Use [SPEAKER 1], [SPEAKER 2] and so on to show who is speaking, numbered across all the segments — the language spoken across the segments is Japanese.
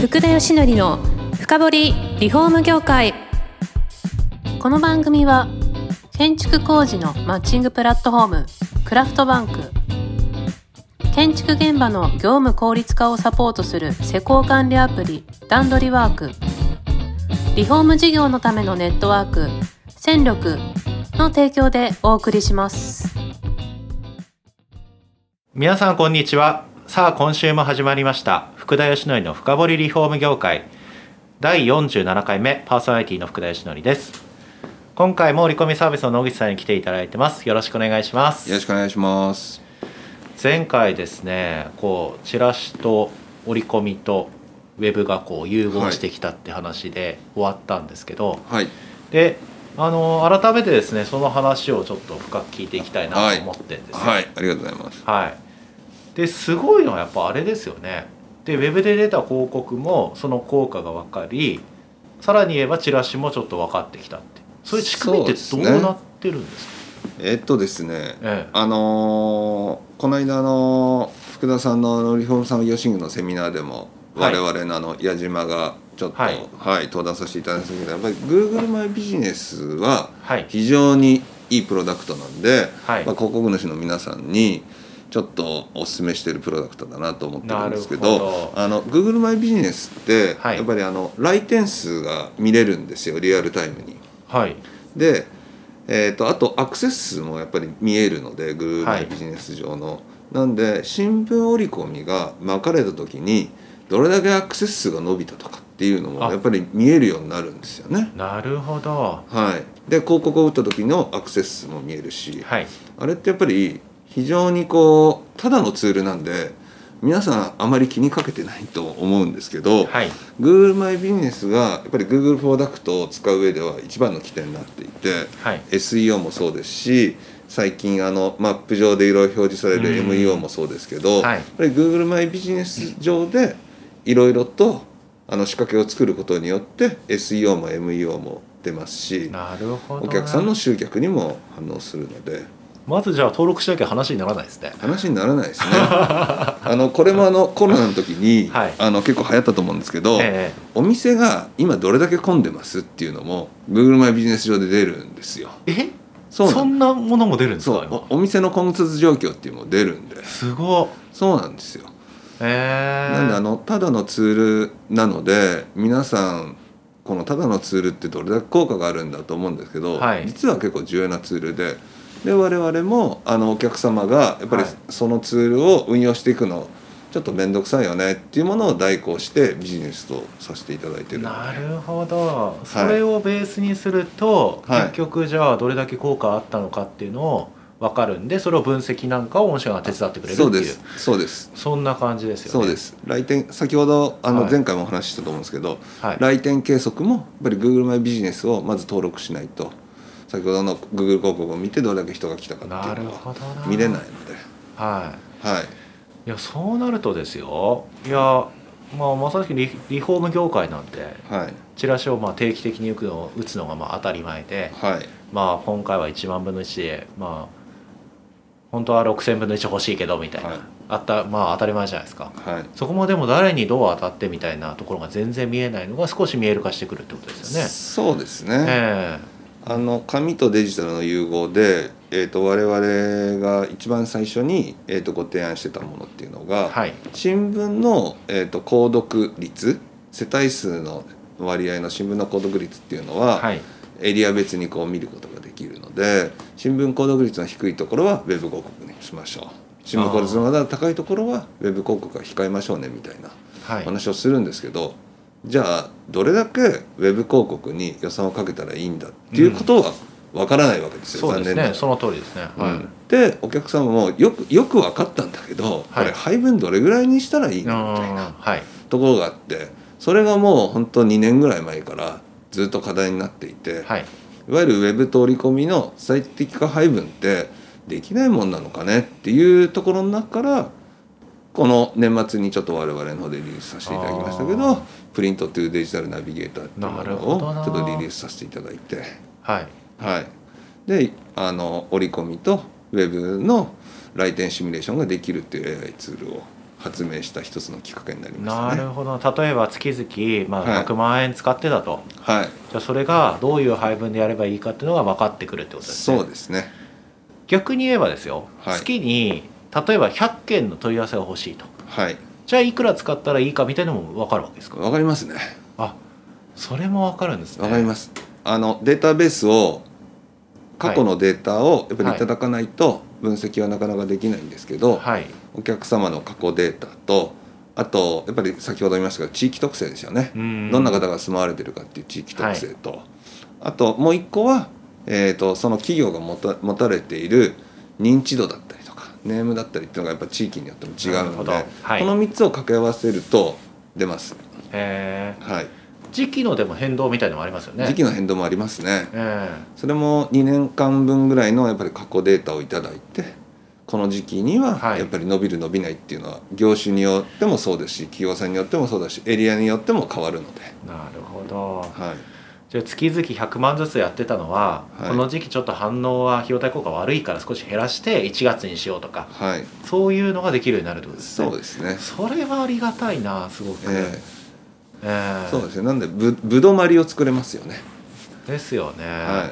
[SPEAKER 1] 福田義則の深掘りリフォーム業界この番組は建築工事のマッチングプラットフォームクラフトバンク建築現場の業務効率化をサポートする施工管理アプリ段取りワークリフォーム事業のためのネットワーク戦力の提供でお送りします。
[SPEAKER 2] 皆さんこんにちはさあ今週も始まりました福田義則の深掘りリフォーム業界第47回目パーソナリティの福田義則です今回も折り込みサービスの野口さんに来ていただいてますよろしくお願いします
[SPEAKER 3] よろしくお願いします。
[SPEAKER 2] 前回ですねこうチラシと折り込みとウェブがこう融合してきたって話で終わったんですけど、
[SPEAKER 3] はい。
[SPEAKER 2] であの改めてですねその話をちょっと深く聞いていきたいなと思ってるんですよ、
[SPEAKER 3] はい。ありがとうございます。
[SPEAKER 2] はい、ですごいのはやっぱあれですよねでウェブで出た広告もその効果が分かりさらに言えばチラシもちょっと分かってきたってそういう仕組みってど
[SPEAKER 3] そううですね
[SPEAKER 2] なってるんですか
[SPEAKER 3] えっとですね。
[SPEAKER 2] ええ
[SPEAKER 3] あのーこの間の福田さんのリフォームさんヨシングのセミナーでも
[SPEAKER 2] は
[SPEAKER 3] 我
[SPEAKER 2] い
[SPEAKER 3] 々のあの矢島がちょっと
[SPEAKER 2] は
[SPEAKER 3] はいい、登壇させていただいたんですけどやっぱり Google マイビジネスは
[SPEAKER 2] はい
[SPEAKER 3] 非常にいいプロダクトなんで、
[SPEAKER 2] はい
[SPEAKER 3] まあ、広告主の皆さんにちょっとお勧めしてるプロダクトだなと思ってるんですけど
[SPEAKER 2] なるほど
[SPEAKER 3] あの Google マイビジネスって
[SPEAKER 2] はい
[SPEAKER 3] やっぱりあの来店数が見れるんですよリアルタイムに。
[SPEAKER 2] はい
[SPEAKER 3] で、えー、とあとアクセス数もやっぱり見えるので Google
[SPEAKER 2] はい
[SPEAKER 3] マイビジネス上の、なんで新聞折り込みが巻かれた時にどれだけアクセス数が伸びたとかっていうのも
[SPEAKER 2] あ
[SPEAKER 3] やっぱり見えるようになるんですよね。
[SPEAKER 2] なるほど
[SPEAKER 3] はい、で広告を打った時のアクセス数も見えるし、
[SPEAKER 2] はい
[SPEAKER 3] あれってやっぱり非常にこうただのツールなんで皆さんあまり気にかけてないと思うんですけど、
[SPEAKER 2] はい
[SPEAKER 3] Google マイビジネスがやっぱり Google プロダクトを使う上では一番の起点になっていて、
[SPEAKER 2] はい
[SPEAKER 3] SEO もそうですし最近あのマップ上でいろいろ表示される
[SPEAKER 2] うん
[SPEAKER 3] MEO もそうですけ
[SPEAKER 2] は
[SPEAKER 3] ど、
[SPEAKER 2] い
[SPEAKER 3] やっぱり Google マイビジネス上でいろいろとあの仕掛けを作ることによって SEO も MEO も出ますし
[SPEAKER 2] なるほど
[SPEAKER 3] お
[SPEAKER 2] な
[SPEAKER 3] 客さんの集客にも反応するので
[SPEAKER 2] まずじゃあ登録しなきゃ話にならないですね
[SPEAKER 3] 話にならないですね あのこれもあのコロナの時に、
[SPEAKER 2] はい
[SPEAKER 3] あの結構流行ったと思うんですけど、
[SPEAKER 2] え
[SPEAKER 3] お店が今どれだけ混んでますっていうのも Google マイビジネス上で出るんですよ
[SPEAKER 2] ええ
[SPEAKER 3] そう
[SPEAKER 2] そ
[SPEAKER 3] なん
[SPEAKER 2] んなものも出るんです
[SPEAKER 3] そ
[SPEAKER 2] か
[SPEAKER 3] う
[SPEAKER 2] 今
[SPEAKER 3] おお店の混雑状況っていうのも出るんです
[SPEAKER 2] ごっ
[SPEAKER 3] そうなんですよ
[SPEAKER 2] ええ
[SPEAKER 3] なんであのただのツールなので皆さんこのただのツールってどれだけ効果があるんだと思うんですけど、
[SPEAKER 2] はい
[SPEAKER 3] 実は結構重要なツールでで我々もあのお客様がやっぱり
[SPEAKER 2] はい
[SPEAKER 3] そのツールを運用していくのちょっと面倒くさいよねっていうものを代行してビジネスとさせていただいてるので
[SPEAKER 2] なるほどそれをベースにすると、
[SPEAKER 3] はい
[SPEAKER 2] 結局じゃあどれだけ効果あったのかっていうのを分かるんでそれを分析なんかを御社が手伝ってくれるってい
[SPEAKER 3] そううですそうです
[SPEAKER 2] そんな感じですよね
[SPEAKER 3] そうです来店先ほどあの
[SPEAKER 2] はい
[SPEAKER 3] 前回もお話ししたと思うんですけど、
[SPEAKER 2] はい、
[SPEAKER 3] 来店計測もやっぱり Google マイビジネスをまず登録しないと先ほどの Google 広告を見てどれだけ人が来たか
[SPEAKER 2] な
[SPEAKER 3] ってい
[SPEAKER 2] る
[SPEAKER 3] うのは
[SPEAKER 2] ほどな
[SPEAKER 3] 見れないので、
[SPEAKER 2] はい
[SPEAKER 3] はい、
[SPEAKER 2] いやそうなるとですよいやまあまさしくリリフォーム業界なんて
[SPEAKER 3] はい
[SPEAKER 2] チラシをまあ定期的に打つの打つのがまあ当たり前で、
[SPEAKER 3] はい
[SPEAKER 2] まあ、今回は1万分の1で、まあ、本当は6,000分の1欲しいけどみたいな、
[SPEAKER 3] はい
[SPEAKER 2] あったまあ当たり前じゃないですか
[SPEAKER 3] はい
[SPEAKER 2] そこもでも誰にどう当たってみたいなところが全然見えないのが少し見える化してくるってことですよね。
[SPEAKER 3] そうですね、
[SPEAKER 2] え
[SPEAKER 3] あの紙とデジタルの融合で、えー、と我々が一番最初に、えー、とご提案してたものっていうの
[SPEAKER 2] え
[SPEAKER 3] が、
[SPEAKER 2] はい
[SPEAKER 3] 新聞の、えー、と購読率世帯数の割合の新聞の購読率っていうのは、
[SPEAKER 2] はい
[SPEAKER 3] エリア別にこう見ることができるので新聞購読率の低いところはウェブ広告にしましょう新聞購読率の高いところはウェブ広告は控えましょうねみたいな
[SPEAKER 2] はい
[SPEAKER 3] 話をするんですけど、じゃあどれだけウェブ広告に予算をかけたらいいんだっていうことはわからないわけですよ、
[SPEAKER 2] そうです
[SPEAKER 3] 残念な
[SPEAKER 2] ね
[SPEAKER 3] がら
[SPEAKER 2] その通りですね、はい
[SPEAKER 3] うんでお客様もよくよく分かったんだけど、
[SPEAKER 2] はい
[SPEAKER 3] これ配分どれぐらいにしたらいい
[SPEAKER 2] あ
[SPEAKER 3] のみたいな
[SPEAKER 2] ーはい
[SPEAKER 3] ところがあってそれがもう本当2年ぐらい前からずっと課題になっていて、
[SPEAKER 2] はい
[SPEAKER 3] いわゆるウェブと折り込みの最適化配分ってできないもんなのかねっていうところの中からこの年末にちょっと我々の方でリリースさせていただきましたけ
[SPEAKER 2] あ
[SPEAKER 3] どプリントというデジタルナビゲーターっていうも
[SPEAKER 2] なるほど
[SPEAKER 3] の
[SPEAKER 2] な
[SPEAKER 3] をちょっとリリースさせていただいて
[SPEAKER 2] はい
[SPEAKER 3] はいであの折り込みとウェブの来店シミュレーションができるっていう AI ツールを発明した一つのきっかけになりました
[SPEAKER 2] な
[SPEAKER 3] ね
[SPEAKER 2] るほど例えば月々、ま
[SPEAKER 3] は
[SPEAKER 2] あ、
[SPEAKER 3] い
[SPEAKER 2] 100万円使ってたと、
[SPEAKER 3] はい
[SPEAKER 2] じゃあそれがどういう配分でやればいいかっていうのが分かってくるってことですね
[SPEAKER 3] そうですね
[SPEAKER 2] 逆に言えばですよ、
[SPEAKER 3] はい
[SPEAKER 2] 月に例えば100件の問い合わせが欲しいと
[SPEAKER 3] はい
[SPEAKER 2] じゃあいくら使ったらいいかみたいなのも分かるわけですか
[SPEAKER 3] わかりますね
[SPEAKER 2] あそれも分かるんですね
[SPEAKER 3] わかりますあのデータベースを過去のデータをやっぱりいただかないと分析はなかなかできないんですけど、
[SPEAKER 2] はい
[SPEAKER 3] お客様の過去データとあとやっぱり先ほど言いましたが地域特性ですよね、
[SPEAKER 2] うん
[SPEAKER 3] どんな方が住まわれてるかっていう地域特性と、あともう一個は、えー、とその企業が持た持たれている認知度だったりとかネームだったりっていうのがやっぱ地域によっても違
[SPEAKER 2] な
[SPEAKER 3] う
[SPEAKER 2] るほ
[SPEAKER 3] の
[SPEAKER 2] ど
[SPEAKER 3] で、
[SPEAKER 2] はい
[SPEAKER 3] この3つを掛け合わせると出ます、
[SPEAKER 2] え
[SPEAKER 3] はい
[SPEAKER 2] ー時期のでも変動みたいのもありますよね
[SPEAKER 3] 時期の変動もありますね
[SPEAKER 2] えー
[SPEAKER 3] それも2年間分ぐらいのやっぱり過去データをいただいてこの時期には
[SPEAKER 2] はい
[SPEAKER 3] やっぱり伸びる伸びないっていうのは業種によってもそうですし企業さんによってもそうだしエリアによっても変わるので、
[SPEAKER 2] なるほど
[SPEAKER 3] はい、
[SPEAKER 2] じゃあ月々100万ずつやってたのは、
[SPEAKER 3] はい
[SPEAKER 2] この時期ちょっと反応は費用対効果悪いから少し減らして1月にしようとか
[SPEAKER 3] はい、
[SPEAKER 2] そういうのができるようになるってことですね
[SPEAKER 3] そうですね。
[SPEAKER 2] それはありがたいなすごく、え
[SPEAKER 3] え
[SPEAKER 2] ー
[SPEAKER 3] えそうですね。なんでぶぶどまりを作れますよね。
[SPEAKER 2] ですよね、、
[SPEAKER 3] は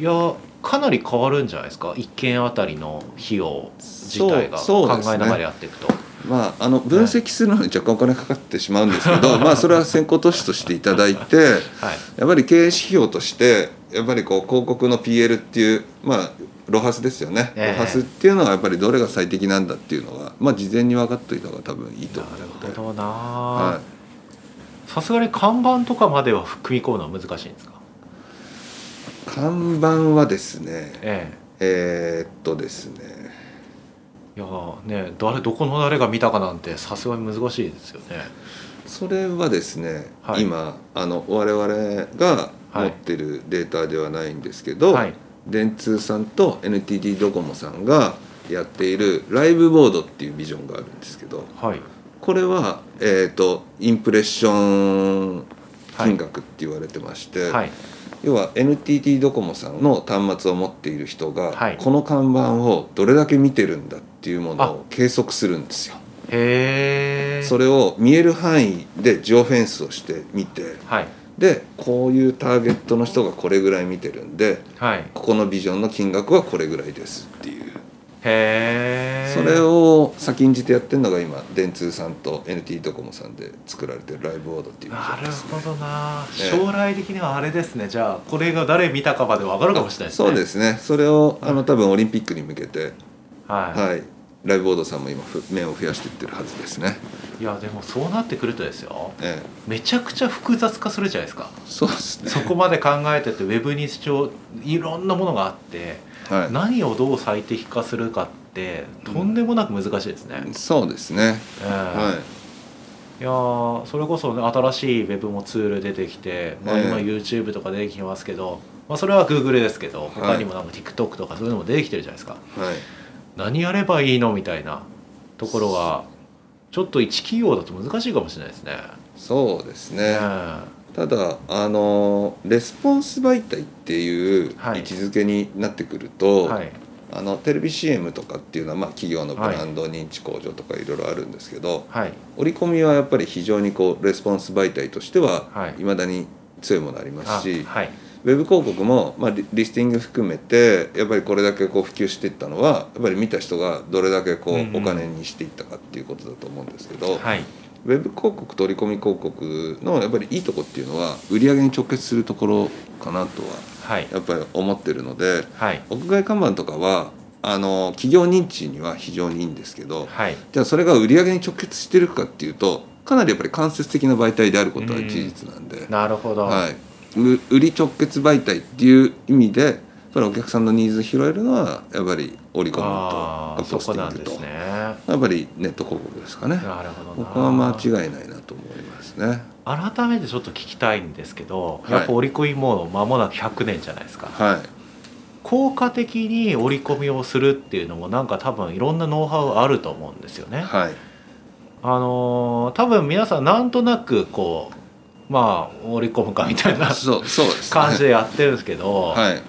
[SPEAKER 3] い
[SPEAKER 2] やかなり変わるんじゃないですか一件あたりの費用自体が
[SPEAKER 3] そう
[SPEAKER 2] 考
[SPEAKER 3] そうですね
[SPEAKER 2] えながらやっていくと、
[SPEAKER 3] い。まああの分析するのに若干お金かかってしまうんですけど、まあそれは先行投資としていただいて、
[SPEAKER 2] はい
[SPEAKER 3] やっぱり経営指標としてやっぱりこう広告の PL っていうまあロハスですよね。
[SPEAKER 2] ええ
[SPEAKER 3] ロハスっていうのはやっぱりどれが最適なんだっていうのはまあ事前に分かっといた方が多分いいと思うの
[SPEAKER 2] な
[SPEAKER 3] で
[SPEAKER 2] るほ。どな、
[SPEAKER 3] は
[SPEAKER 2] さすがに看板とかまでは組み込むのは難しいんですか
[SPEAKER 3] い。看板はですね、
[SPEAKER 2] え
[SPEAKER 3] えーっとですね。
[SPEAKER 2] えいやーね誰どこの誰が見たかなんてさすがに難しいですよね
[SPEAKER 3] それはですね、
[SPEAKER 2] はい
[SPEAKER 3] 今あの我々が持ってるデータではないんですけど、
[SPEAKER 2] はい
[SPEAKER 3] 電通さんと NTT ドコモさんがやっているライブボードっていうビジョンがあるんですけど
[SPEAKER 2] はい
[SPEAKER 3] これは、えー、とインプレッション金額って言われてまして、
[SPEAKER 2] はい
[SPEAKER 3] 要は NTT ドコモさんの端末を持っている人が、
[SPEAKER 2] はい
[SPEAKER 3] この看板をどれだけ見てるんだっていうも
[SPEAKER 2] あ
[SPEAKER 3] のを計測するんですよ。
[SPEAKER 2] へえ
[SPEAKER 3] それを見える範囲でジオフェンスをしてみて
[SPEAKER 2] はい
[SPEAKER 3] でこういうターゲットの人がこれぐらい見てるんで
[SPEAKER 2] はいへ
[SPEAKER 3] ここのビジョンの金額はこれぐらいですっていう
[SPEAKER 2] え
[SPEAKER 3] それを先んじてやってるのが今電通さんと NT ドコモさんで作られてるライブボードっていうビジ
[SPEAKER 2] な
[SPEAKER 3] ョン
[SPEAKER 2] る
[SPEAKER 3] です
[SPEAKER 2] ほどな、
[SPEAKER 3] ええ
[SPEAKER 2] 将来的にはあれですねじゃあこれが誰見たかまで分かるかもしれないですね
[SPEAKER 3] そうですねそれをあの多分オリンピックに向けて
[SPEAKER 2] はい、
[SPEAKER 3] はいライブボードさんも今ふ面を増やしていってるはずですね
[SPEAKER 2] い、やでもそうなってくるとですよ
[SPEAKER 3] ええ
[SPEAKER 2] めちゃくちゃ複雑化するじゃないですか
[SPEAKER 3] そうですね
[SPEAKER 2] そこまで考えててウェブに主張いろんなものがあって
[SPEAKER 3] は
[SPEAKER 2] 何をどう最適化するかってとんでもなく難しいですね、
[SPEAKER 3] いそうですね
[SPEAKER 2] ええ
[SPEAKER 3] はい
[SPEAKER 2] いやーそれこそね新しいウェブもツール出てきて、まあ、
[SPEAKER 3] ええ
[SPEAKER 2] 今 YouTube とか出てきますけど、まあ、それは Google ですけど
[SPEAKER 3] い
[SPEAKER 2] 他にもなんか TikTok とかそういうのも出てきてるじゃないですか、
[SPEAKER 3] はい
[SPEAKER 2] 何やればいいのみたいなところはちょっと一企業だと難しいかもしれないですね。
[SPEAKER 3] そうです
[SPEAKER 2] え
[SPEAKER 3] ね
[SPEAKER 2] え
[SPEAKER 3] ただあのレスポンス媒体っていう位
[SPEAKER 2] はい
[SPEAKER 3] 置づけになってくると、
[SPEAKER 2] はい
[SPEAKER 3] あのテレビ CM とかっていうのは、まあ、企業のブランド認知向上とかいろいろあるんですけど、
[SPEAKER 2] はい
[SPEAKER 3] 織り込みはやっぱり非常にこうレスポンス媒体として
[SPEAKER 2] は
[SPEAKER 3] はいいまだに強いものありますし、
[SPEAKER 2] あはい
[SPEAKER 3] ウェブ広告も、まあ、リリスティング含めてやっぱりこれだけこう普及していったのはやっぱり見た人がどれだけこう
[SPEAKER 2] うんうん
[SPEAKER 3] お金にしていったかっていうことだと思うんですけど、
[SPEAKER 2] はい
[SPEAKER 3] ウェブ広告と折り込み広告のやっぱりいいとこっていうのは売り上げに直結するところかなとは
[SPEAKER 2] はい
[SPEAKER 3] やっぱり思ってるので
[SPEAKER 2] はい
[SPEAKER 3] 屋外看板とかはあの企業認知には非常にいいんですけど
[SPEAKER 2] はい
[SPEAKER 3] じゃあそれが売り上げに直結してるかっていうとかなりやっぱり間接的な媒体であることは事実なんで、
[SPEAKER 2] なるほど、
[SPEAKER 3] はい、う売り直結媒体っていう意味でやっぱりお客さんのニーズ拾えるのはやっぱり折り込
[SPEAKER 2] ああ
[SPEAKER 3] みと
[SPEAKER 2] そ
[SPEAKER 3] ポス
[SPEAKER 2] こ
[SPEAKER 3] テ
[SPEAKER 2] な
[SPEAKER 3] ィン
[SPEAKER 2] んで
[SPEAKER 3] グと、
[SPEAKER 2] すね。な
[SPEAKER 3] やっぱりネット広告ですかね。
[SPEAKER 2] るほどな。
[SPEAKER 3] ここは間違いないなと思いますね。
[SPEAKER 2] 改めてちょっと聞きたいんですけど、
[SPEAKER 3] はい
[SPEAKER 2] やっぱ折り込みもう間もなく100年じゃないですか。
[SPEAKER 3] は
[SPEAKER 2] 効果的に折り込みをするっていうのもなんか多分いろんなノウハウあると思うんですよね。
[SPEAKER 3] い、はい、
[SPEAKER 2] あのー多分皆さんなんとなくこうまあ織り込むかみた いな
[SPEAKER 3] そう、そうです、ね。
[SPEAKER 2] 感じでやってるんですけど、
[SPEAKER 3] はい、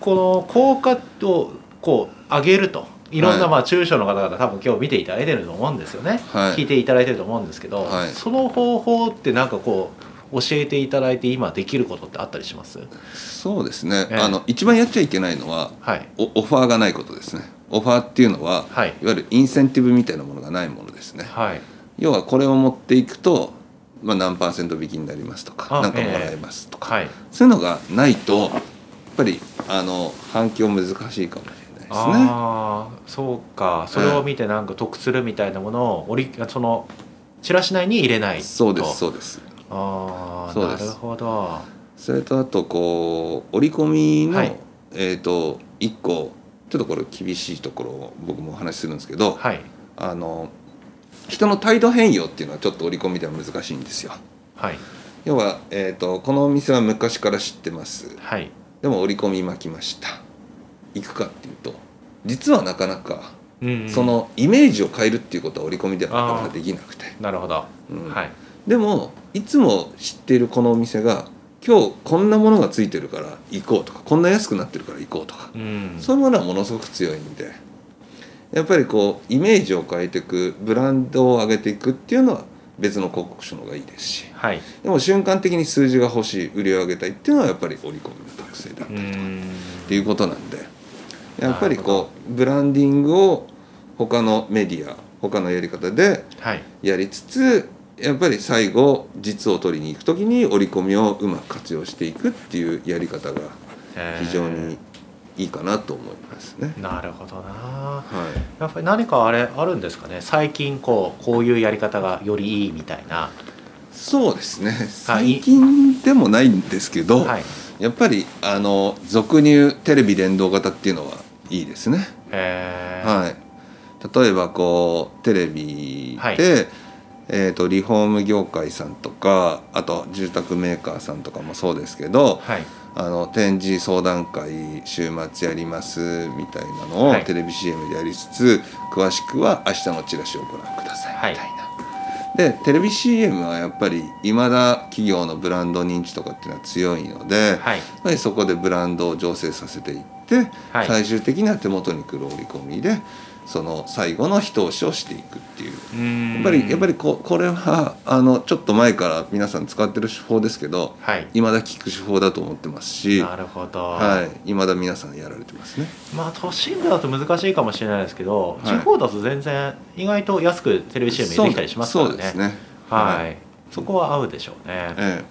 [SPEAKER 2] この効果をこう上げるといろんな
[SPEAKER 3] はい
[SPEAKER 2] まあ中小の方々多分今日見ていただいてると思うんですよね、
[SPEAKER 3] はい
[SPEAKER 2] 聞いていただいてると思うんですけど、
[SPEAKER 3] はい
[SPEAKER 2] その方法ってなんかこう教えていただいて今できることってあったりします
[SPEAKER 3] そうですね、
[SPEAKER 2] ええ
[SPEAKER 3] あの一番やっちゃいけないのは
[SPEAKER 2] はい
[SPEAKER 3] おオファーがないことですねオファーっていうのは、
[SPEAKER 2] はい
[SPEAKER 3] い、わゆるインセンティブみたいなものがないものですね
[SPEAKER 2] はい
[SPEAKER 3] 要はこれを持っていくと、まあ、何パーセント引きになりますと
[SPEAKER 2] あ
[SPEAKER 3] か何か
[SPEAKER 2] ええ
[SPEAKER 3] もらえますとか、
[SPEAKER 2] はい
[SPEAKER 3] そういうのがないとやっぱりあの反響難しいかもしれないですね
[SPEAKER 2] ああそうかそれを見てなんか得するみたいなものを折りそのチラシ内に入れないと
[SPEAKER 3] そうですそうです
[SPEAKER 2] ああ
[SPEAKER 3] そう
[SPEAKER 2] な
[SPEAKER 3] で
[SPEAKER 2] る
[SPEAKER 3] す
[SPEAKER 2] ほど
[SPEAKER 3] それとあとこう折り込みの、
[SPEAKER 2] はい
[SPEAKER 3] えっ、と一個ちょっとこれ厳しいところを僕もお話しするんですけど、
[SPEAKER 2] はい
[SPEAKER 3] あの人の態度変容っていうのはちょっと折り込みでは難しいんですよ
[SPEAKER 2] はい
[SPEAKER 3] 要は、えー、とこのお店は昔から知ってます
[SPEAKER 2] はい
[SPEAKER 3] でも折り込み巻きました行くかっていうと実はなかなか
[SPEAKER 2] うん
[SPEAKER 3] そのイメージを変えるっていうことは折り込みではなかな
[SPEAKER 2] あー
[SPEAKER 3] かできなくて、
[SPEAKER 2] なるほど、
[SPEAKER 3] うん
[SPEAKER 2] はい
[SPEAKER 3] でもいつも知っているこのお店が今日こんなものがついてるから行こうとかこんな安くなってるから行こうとか、
[SPEAKER 2] うん
[SPEAKER 3] そういうものはものすごく強いんでやっぱりこうイメージを変えていくブランドを上げていくっていうのは別の広告書の方がいいですし
[SPEAKER 2] はい
[SPEAKER 3] でも瞬間的に数字が欲しい売りを上げたいっていうのはやっぱり折り込みの特性だ
[SPEAKER 2] う
[SPEAKER 3] ったりとかっ
[SPEAKER 2] ん
[SPEAKER 3] ていうことなんでやっぱり
[SPEAKER 2] なるほ
[SPEAKER 3] こうブランディングを他のメディア他のやり方で
[SPEAKER 2] はい
[SPEAKER 3] やりつつやっぱり最後実を取りに行く時に折り込みをうまく活用していくっていうやり方が
[SPEAKER 2] えー
[SPEAKER 3] 非常にいいかなと思いますね。
[SPEAKER 2] なるほどな
[SPEAKER 3] はい
[SPEAKER 2] やっぱり何かあれあるんですかね最近こうこういうやり方がよりいいみたいな
[SPEAKER 3] そうですね
[SPEAKER 2] はい
[SPEAKER 3] 最近でもないんですけど、
[SPEAKER 2] はい
[SPEAKER 3] やっぱりあの俗入テレビ連動型っていうのはいいですね。
[SPEAKER 2] えー
[SPEAKER 3] はい、例えばこうテレビで、
[SPEAKER 2] はい
[SPEAKER 3] えー、とリフォーム業界さんとかあと住宅メーカーさんとかもそうですけど
[SPEAKER 2] はい
[SPEAKER 3] あの展示相談会週末やりますみたいなのを、
[SPEAKER 2] はい
[SPEAKER 3] テレビ CM でやりつつ詳しくは明日のチラシをご覧くださいみ
[SPEAKER 2] は
[SPEAKER 3] た
[SPEAKER 2] い
[SPEAKER 3] いな。でテレビ CM はやっぱりいまだ企業のブランド認知とかっていうのは強いので、
[SPEAKER 2] はい
[SPEAKER 3] やっぱりそこでブランドを醸成させていって、
[SPEAKER 2] はい
[SPEAKER 3] 最終的には手元に来る折り込みでその最後の一押しをしていくっていう。
[SPEAKER 2] うん
[SPEAKER 3] やっぱりやっぱりここれはあのちょっと前から皆さん使ってる手法ですけど
[SPEAKER 2] はい
[SPEAKER 3] いまだ効く手法だと思ってますし、
[SPEAKER 2] なるほど、
[SPEAKER 3] はいまだ皆さんやられてますね。
[SPEAKER 2] まあ都心部だと難しいかもしれないですけど、
[SPEAKER 3] はい
[SPEAKER 2] 地方だと全然意外と安くテレビ CM できたりしますから
[SPEAKER 3] そうで
[SPEAKER 2] ね
[SPEAKER 3] すね。
[SPEAKER 2] はい、
[SPEAKER 3] い。
[SPEAKER 2] そこは合うでしょうね、え
[SPEAKER 3] え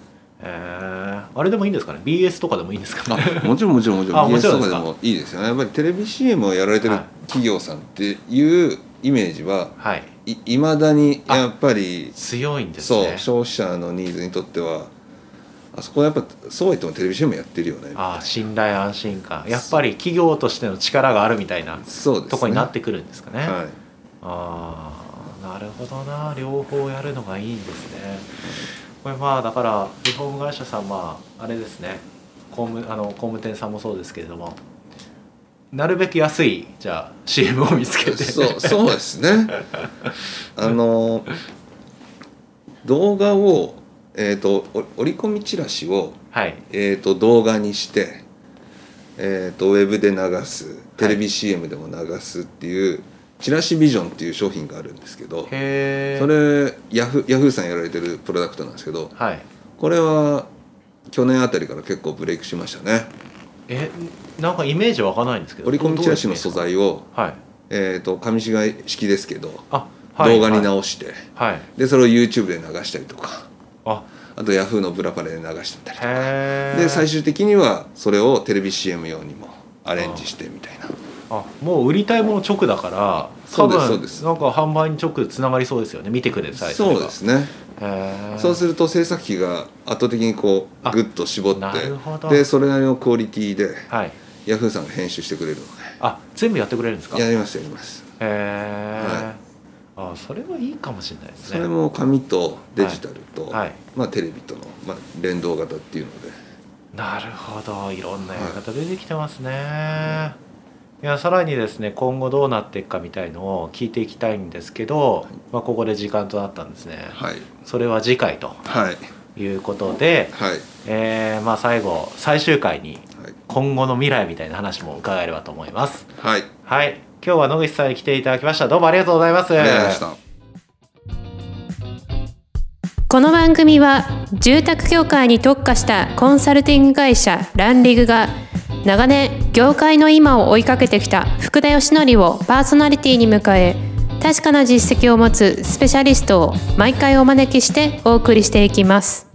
[SPEAKER 3] え
[SPEAKER 2] ーあれでもいいんですかね BS とかでもいいんですかね
[SPEAKER 3] あもちろんもちろんもちろ
[SPEAKER 2] あ
[SPEAKER 3] ん
[SPEAKER 2] もち
[SPEAKER 3] BS
[SPEAKER 2] ろん
[SPEAKER 3] と
[SPEAKER 2] で
[SPEAKER 3] か
[SPEAKER 2] す
[SPEAKER 3] で
[SPEAKER 2] か
[SPEAKER 3] もいいですよねやっぱりテレビ CM をやられてる
[SPEAKER 2] はい
[SPEAKER 3] 企業さんっていうイメージは
[SPEAKER 2] はい
[SPEAKER 3] いいまだにやっぱり
[SPEAKER 2] 強いんです
[SPEAKER 3] そう
[SPEAKER 2] ね
[SPEAKER 3] 消費者のニーズにとってはあそこはやっぱそうは言ってもテレビ CM やってるよね
[SPEAKER 2] ああ信頼安心感やっぱり企業としての力があるみたいな
[SPEAKER 3] そうですね
[SPEAKER 2] とこになってくるんですかね
[SPEAKER 3] はい
[SPEAKER 2] ああなるほどな両方やるのがいいんですねこれまあだからリフォーム会社さんまああれですね工務あの工務店さんもそうですけれどもなるべく安いじゃあ CM を見つけて
[SPEAKER 3] そうそうですねあの動画をえっ、とお折り込みチラシを
[SPEAKER 2] はい
[SPEAKER 3] えー、と動画にして、えー、とウェブで流すテレビ CM でも流すっていう、チラシビジョンっていう商品があるんですけど
[SPEAKER 2] へえ
[SPEAKER 3] それヤフヤフーさんやられてるプロダクトなんですけど
[SPEAKER 2] はい
[SPEAKER 3] これは去年あたりから結構ブレイクしましたね
[SPEAKER 2] えなんかイメージわかないんですけど
[SPEAKER 3] 折り込みチラシの
[SPEAKER 2] どういう
[SPEAKER 3] 素
[SPEAKER 2] イメージ
[SPEAKER 3] 材を、
[SPEAKER 2] はい
[SPEAKER 3] えー、と上市街式ですけど、
[SPEAKER 2] あ、はい、
[SPEAKER 3] 動画に
[SPEAKER 2] はい
[SPEAKER 3] 直して、
[SPEAKER 2] はい
[SPEAKER 3] でそれを YouTube で流したりとか
[SPEAKER 2] あ
[SPEAKER 3] あとヤフーのブラパレで流したりとか
[SPEAKER 2] へえ
[SPEAKER 3] で最終的にはそれをテレビ CM 用にもアレンジしてみたいな。
[SPEAKER 2] あもう売りたいもの直だから
[SPEAKER 3] そうです
[SPEAKER 2] 多分
[SPEAKER 3] そうです
[SPEAKER 2] なんか販売に直つながりそうですよね見てください
[SPEAKER 3] そうですね、
[SPEAKER 2] それがへー
[SPEAKER 3] そうすると制作費が圧倒的にこ
[SPEAKER 2] あ
[SPEAKER 3] うグッと絞って
[SPEAKER 2] なるほど
[SPEAKER 3] でそれなりのクオリティで
[SPEAKER 2] はい
[SPEAKER 3] ヤフーさんが編集してくれるの
[SPEAKER 2] あ全部やってくれるんですか
[SPEAKER 3] で
[SPEAKER 2] へ
[SPEAKER 3] やりますやります、
[SPEAKER 2] え、あそれはいいかもしれないです
[SPEAKER 3] そ
[SPEAKER 2] ね
[SPEAKER 3] れも紙とデジタルと、
[SPEAKER 2] はいはい
[SPEAKER 3] まあ、テレビとの、まあ、連動型っていうので
[SPEAKER 2] なるほどいろんなやり方出てきてますね、いやさらにですね今後どうなっていくかみたいのを聞いていきたいんですけど、まあ、ここで時間となったんですね、
[SPEAKER 3] はい
[SPEAKER 2] それは次回と
[SPEAKER 3] はい
[SPEAKER 2] いうことで、
[SPEAKER 3] はいはい
[SPEAKER 2] えーまあ、最後最終回に今後の未来みたいな話も伺えればと思います。
[SPEAKER 3] はい
[SPEAKER 2] はい、今日は野口さんに来ていただきましたどうもありがとうございます
[SPEAKER 3] ありがとうございました
[SPEAKER 1] この番組は住宅業界に特化したコンサルティング会社ランリグが長年業界の今を追いかけてきた福田義則をパーソナリティに迎え確かな実績を持つスペシャリストを毎回お招きしてお送りしていきます。